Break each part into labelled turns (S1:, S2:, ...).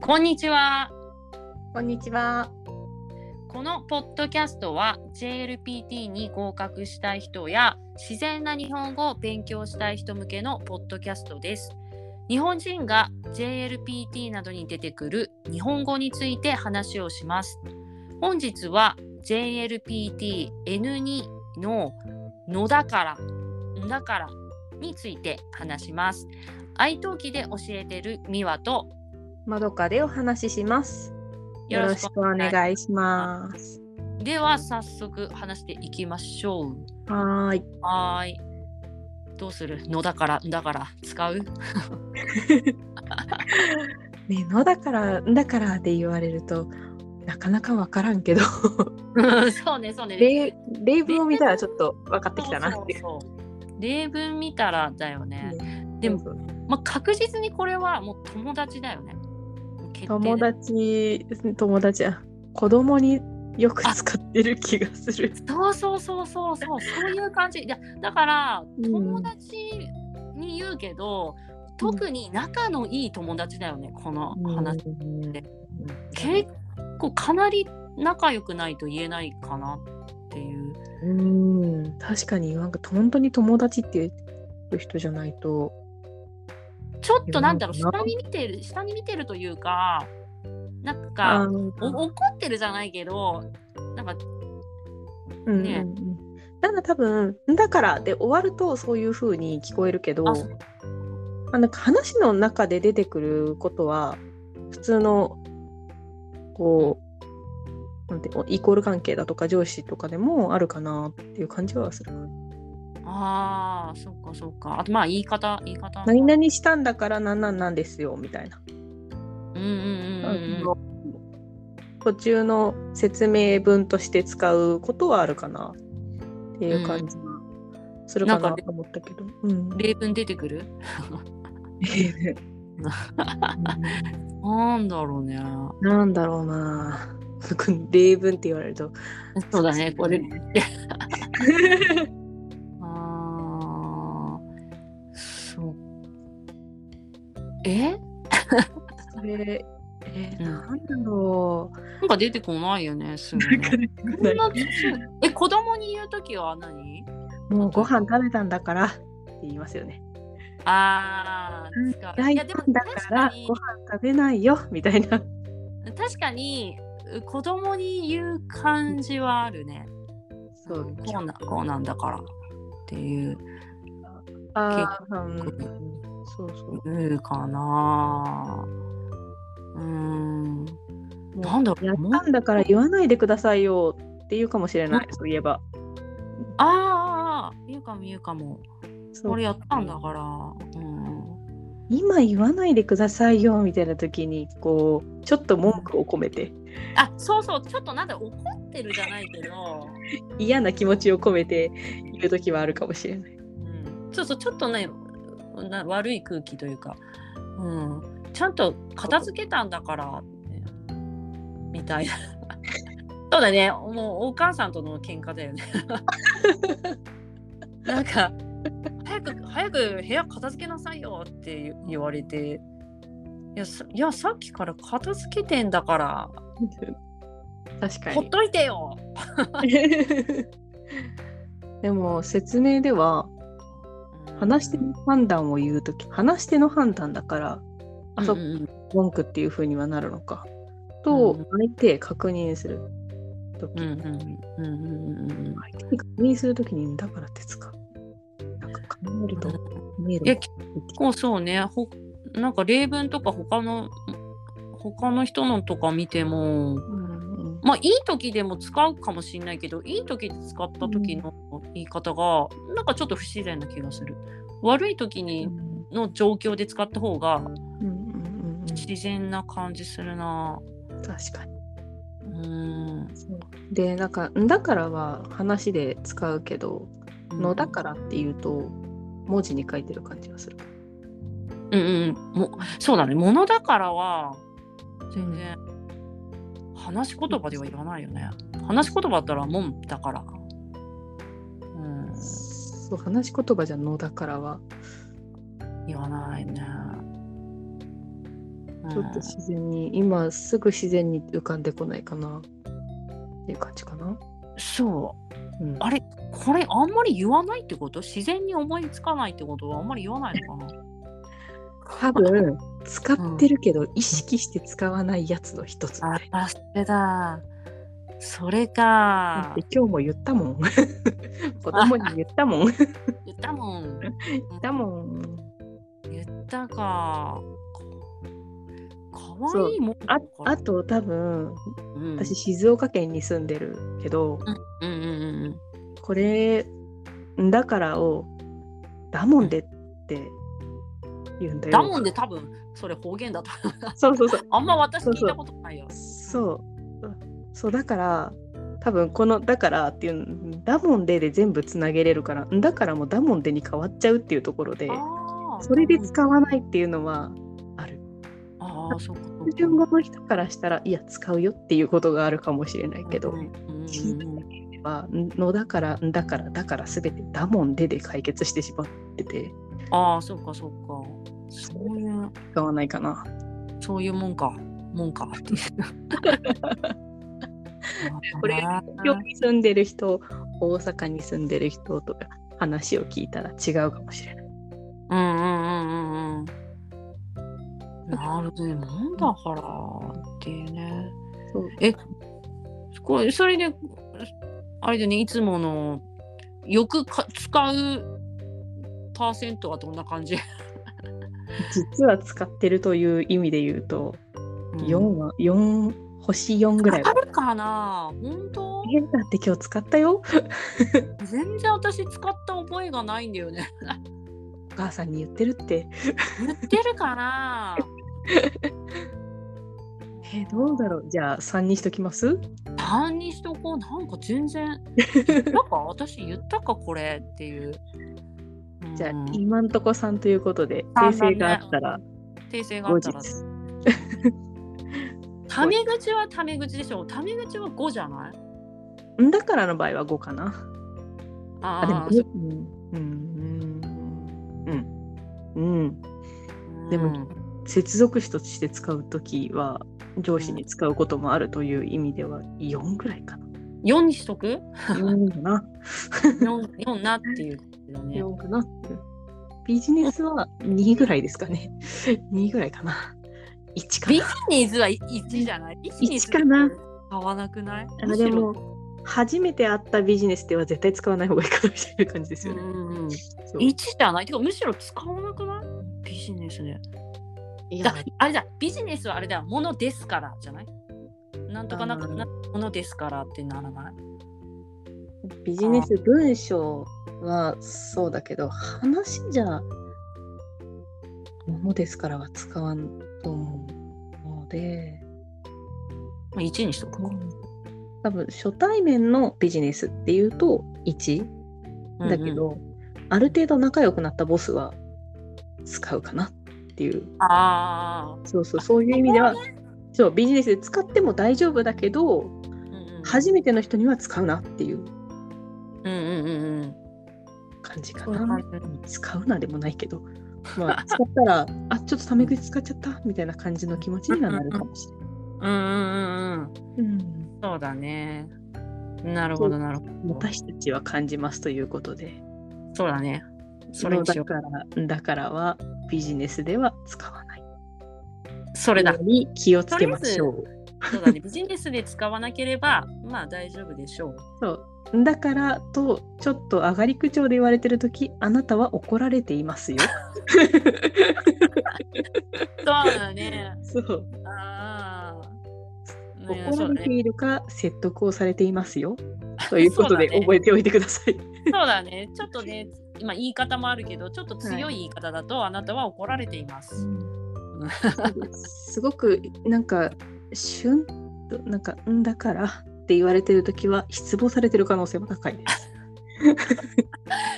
S1: こんにちは。
S2: こんにちは。
S1: このポッドキャストは JLPT に合格したい人や自然な日本語を勉強したい人向けのポッドキャストです。日本人が JLPT などに出てくる日本語について話をします。本日は JLPTN2 ののだから、んだからについて話します。愛登記で教えてるミワと
S2: まどかでお話しします。よろしくお願いします。
S1: では早速話していきましょう。
S2: はーい。
S1: はーい。どうするのだから、だから使う
S2: ね、のだから、んだからって言われると、なかなかわからんけど、
S1: そうね、そうね。
S2: 例例文を見たらちょっと分かってきたなっていう。
S1: そうそうそう例文見たらだよね。でも、
S2: そうそう
S1: まあ、確実にこれはもう友達だよね。もう決定だよね
S2: 友達、友達、あ子供によく使ってる気がする。
S1: そうそうそうそうそうそういう感じいやだから
S2: うん
S1: 友達に言うけど、特に仲のいい友達だよねこの話、
S2: うん
S1: で結構かなり仲良くないと言えないかなっていう
S2: うん、確かになんか本当に友達っていう人じゃないと、
S1: ちょっとなんだろう
S2: 言えないか
S1: 下
S2: な
S1: に見てる下に見てるというかなん
S2: あ
S1: か
S2: ー
S1: お怒ってるじゃないけどなんか
S2: うんうん
S1: ね
S2: うん、なんか多分「だから」で終わるとそういう風に聞こえるけど
S1: あそう
S2: あなんか話の中で出てくることは普通のこうなんておイコール関係だとか上司とかでもあるかなっていう感じはするな。
S1: あーそっかそっかあとまあ言い方言い方
S2: 何々したんだからなんなんなんですよみたいな。
S1: うんうんうんうんうん
S2: 途中の説明文として使うことはあるかなっていう感じはするか
S1: なん
S2: な
S1: か
S2: と思ったけど。うん
S1: 例文出てくる
S2: うん
S1: なんだろうね。
S2: なんだろうな。 例文って言われると。
S1: そうだね、これ。
S2: う
S1: あーそう。え
S2: それ、えー
S1: うん
S2: なんだろう。
S1: なんか出てこないよね、すぐね。そんなえ、子供に言うときは何
S2: もうご飯食べたんだからって言いますよね。
S1: あー、使う
S2: 大
S1: い
S2: た
S1: や、
S2: ん
S1: でも
S2: だ
S1: 確
S2: か
S1: からに
S2: ご飯、食べないよみたいな。
S1: 確かに、う子供に言う感じはあるね。
S2: そう。
S1: こうな、こうなんだから。っていう、
S2: あーうん
S1: 結
S2: そうそう。
S1: うんかな。うーん。なんだろう
S2: やったんだから言わないでくださいよって言うかもしれない、そういえば。
S1: あーあー、あー言うかも言うかも。
S2: そう
S1: 俺やったんだから。うん。
S2: 今言わないでくださいよみたいな時にこうちょっと文句を込めて
S1: あ、そうそう、ちょっとなんだ怒ってるじゃないけど。
S2: 嫌な気持ちを込めて言う時はあるかもしれない。
S1: うん。そうそう、ちょっとね、な悪い空気というか。うん。ちゃんと片付けたんだから。ねみたいな。 そうだね、もうお母さんとの喧嘩だよね。 なんか。早く早く部屋片付けなさいよって言われていやさいやさっきから片付けてんだから
S2: 確か
S1: ほっ
S2: に。
S1: といてよ。
S2: でも説明では話し手の判断を言う時話し手の判断だからあそこ
S1: うんうん
S2: 文句っていう風にはなるのかと
S1: うん
S2: 相手へ確認する時、
S1: うんうんうんうんうんうん
S2: 相手に確認する時に「だから」って使う。なんか考えると見え
S1: いや
S2: る
S1: 結構そうねほなんか例文とか他の他の人のとか見ても
S2: うんうん
S1: まあいい時でも使うかもしれないけどいい時で使った時の言い方がなんかちょっと不自然な気がする悪い時にの状況で使った方が
S2: うんうんうんうん
S1: 自然な感じするな
S2: 確かに。
S1: うん
S2: でなんか「んだから」は話で使うけど「のだから」っていうと文字に書いてる感じがする。
S1: うんうんもそうだねものだからは全然話し言葉では言わないよね話し言葉だったらもんだからうん
S2: そう話し言葉じゃ「のだからは」
S1: 言わないねう
S2: ちょっと自然に、今すぐ自然に浮かんでこないかなっていう感じかな。
S1: そう
S2: うん、
S1: あれこれあんまり言わないってこと自然に思いつかないってことはあんまり言わないのかな
S2: 多分使ってるけど、意識して使わないやつの一つみたいな。
S1: あそれだそれ
S2: だ
S1: か
S2: っ て今日も言ったもん。子供に言ったもん。言っ
S1: 言ったもん
S2: たもん。
S1: 言ったかかわいいもん
S2: あ
S1: だから
S2: あと多分
S1: うん
S2: 私静岡県に住んでるけど、
S1: うんうんうんうん
S2: これだからをだもんでって言うんだよ。
S1: だもんで多分それ方言だと
S2: そうそうそう。
S1: あんま私
S2: そう
S1: 聞い
S2: そ
S1: うたことないよ。
S2: そう。そうだから多分この「だから」っていう「だもんで」で全部つなげれるから「だから」も「だもんで」に変わっちゃうっていうところで
S1: あー
S2: それで使わないっていうのはある
S1: あーそうかそうか
S2: 標準語の人からしたらいや使うよっていうことがあるかもしれないけど、
S1: うんうんうんうん
S2: はのだからんだからだから全て「だもんで」で解決してしまってて
S1: ああそうかそうかそういう
S2: 使わないかな
S1: そういうもんかもん か っていう。
S2: これ
S1: あ
S2: 東京に住んでる人大阪に住んでる人とか話を聞いたら違うかもしれな
S1: ー
S2: い
S1: うんうんうんうんうん。なるほどねもんだからっていうね。
S2: そう
S1: えこれそれであれだねいつものよくか使うパーセントはどんな感じ、
S2: 実は使ってるという意味で言うと4
S1: うん
S2: は4星4ぐらい
S1: あ
S2: は
S1: るかな本当
S2: えだって今日使ったよ
S1: 全然私使った覚えがないんだよね
S2: お母さんに言ってるって
S1: 言ってるかな
S2: えどうだろうじゃあ3にしときます
S1: 3にしとこうなんか全 然言ったか私言ったかこれっていう、うん
S2: じゃあ今んとこ3ということで
S1: 三だね
S2: 訂正があったら
S1: 訂正があ
S2: 後
S1: っ
S2: 日
S1: たらタメ口はタメ口でしょタメ口は5じゃない
S2: んだからの場合は5かなあで
S1: あ
S2: も
S1: ー
S2: うんうんうん、うん、
S1: そう
S2: でも
S1: うん
S2: 接続詞として使うときは上司に使うこともあるという意味では4ぐらいかな。
S1: 4にしとく
S2: 4かな。
S1: 4, 4なっていうことだね。
S2: 4かな。ビジネスは2ぐらいですかね。2ぐらいかな。1か
S1: ビジ
S2: な。
S1: ネスは1じゃないビジネス
S2: 一かな
S1: 買わなくない
S2: あでも初めて会ったビジネスでは絶対使わない方がいいかなみたいな感じです
S1: む
S2: よ
S1: しろ
S2: ね。
S1: うんうん、
S2: そう
S1: 1じゃないてかむしろ使わなくないビジネスで。
S2: いや
S1: だあれだビジネスはあれだものですからじゃないなんとかなんか
S2: あー
S1: なものですからってならない
S2: ビジネス文章はそうだけど話じゃものですからは使わんと思うので。
S1: まあ1にしとくか。
S2: 多分初対面のビジネスっていうと1だけ
S1: うんうん
S2: ど、ある程度仲良くなったボスは使うかなっていう
S1: あ
S2: そうそうそういう意味では
S1: そ
S2: そうビジネスで使っても大丈夫だけど
S1: あ、うんうん、
S2: 初めての人には使うなっていう
S1: うんうんうんうん。
S2: 感じか
S1: そうだ
S2: な
S1: ね
S2: 使うなでもないけど、まあ、使ったら あちょっとタメ口使っちゃったみたいな感じの気持ちにはなるかもしれない。
S1: うんうんうんうん。
S2: うん、
S1: そうだね。なるほどなるほど。
S2: 私たちは感じますということで。
S1: そうだね。そ
S2: そ
S1: れ
S2: れ
S1: にしよ
S2: だからだからはビジネスでは使わない。
S1: う。それだ
S2: よ。うに気をつけましょう。
S1: そうだね。ビジネスで使わなければ、まあ大丈夫でしょう。
S2: そうだからとちょっと上がり口調で言われてる時あなたは怒られていますよ。
S1: そうだね。
S2: そう
S1: ああ。ね
S2: 怒
S1: そ
S2: ら
S1: うだ
S2: れて
S1: ね。
S2: いるか説得をされていますよ。ということ
S1: そう
S2: で
S1: だね
S2: 覚えておいてください。
S1: そうだね。ちょっとね、今言い方もあるけど、ちょっと強い言い方だと、あなたは怒られています。
S2: すごくなんか旬となんかんだからって言われてる時は失望されてる可能性も高いです。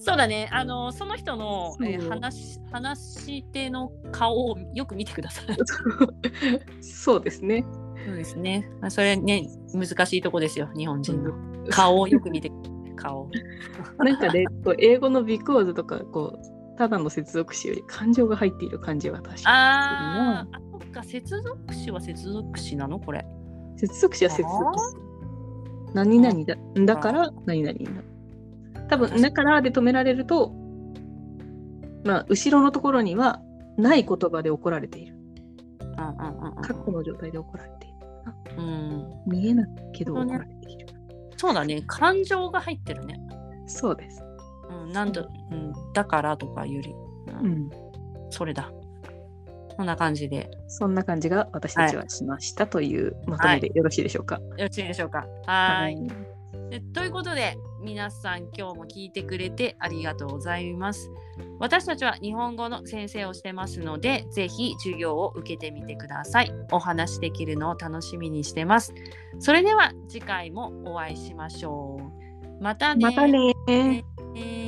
S1: そうだね。あの、その人の、えー
S2: そう
S1: 話し、話し手の顔をよく見てください。
S2: そうですね。
S1: そうですね。まあそれね、難しいとこですよ。日本人の
S2: う。
S1: 顔をよく見て。顔。
S2: なんかね、こう英語の because とかこうただの接続詞より感情が入っている感じは確か
S1: ああ、あそっか接続詞は接続詞なのこれ。
S2: 接続詞は接続詞。何々だ。だから、何々になる。多分、だからで止められると、まあ、後ろのところには、ない言葉で怒られている。
S1: うんうんうん
S2: 括弧の状態で怒られてい
S1: う
S2: る。
S1: ん。うん。
S2: 見えないけど
S1: そう
S2: 怒
S1: ね
S2: られている。
S1: そうだね。感情が入ってるね。
S2: そうです。
S1: うん。なんだ、うん。だからとかより。う。
S2: うんん。
S1: それだ。こんな感じで。
S2: そんな感じが私たちはしましたというまとめでよろしいでしょうか。
S1: よろしいでしょうか。はーい。
S2: い。
S1: でということで皆さん今日も聞いてくれてありがとうございます。私たちは日本語の先生をしてますのでぜひ授業を受けてみてください。お話しできるのを楽しみにしてます。それでは次回もお会いしましょう。またね。
S2: またね
S1: えー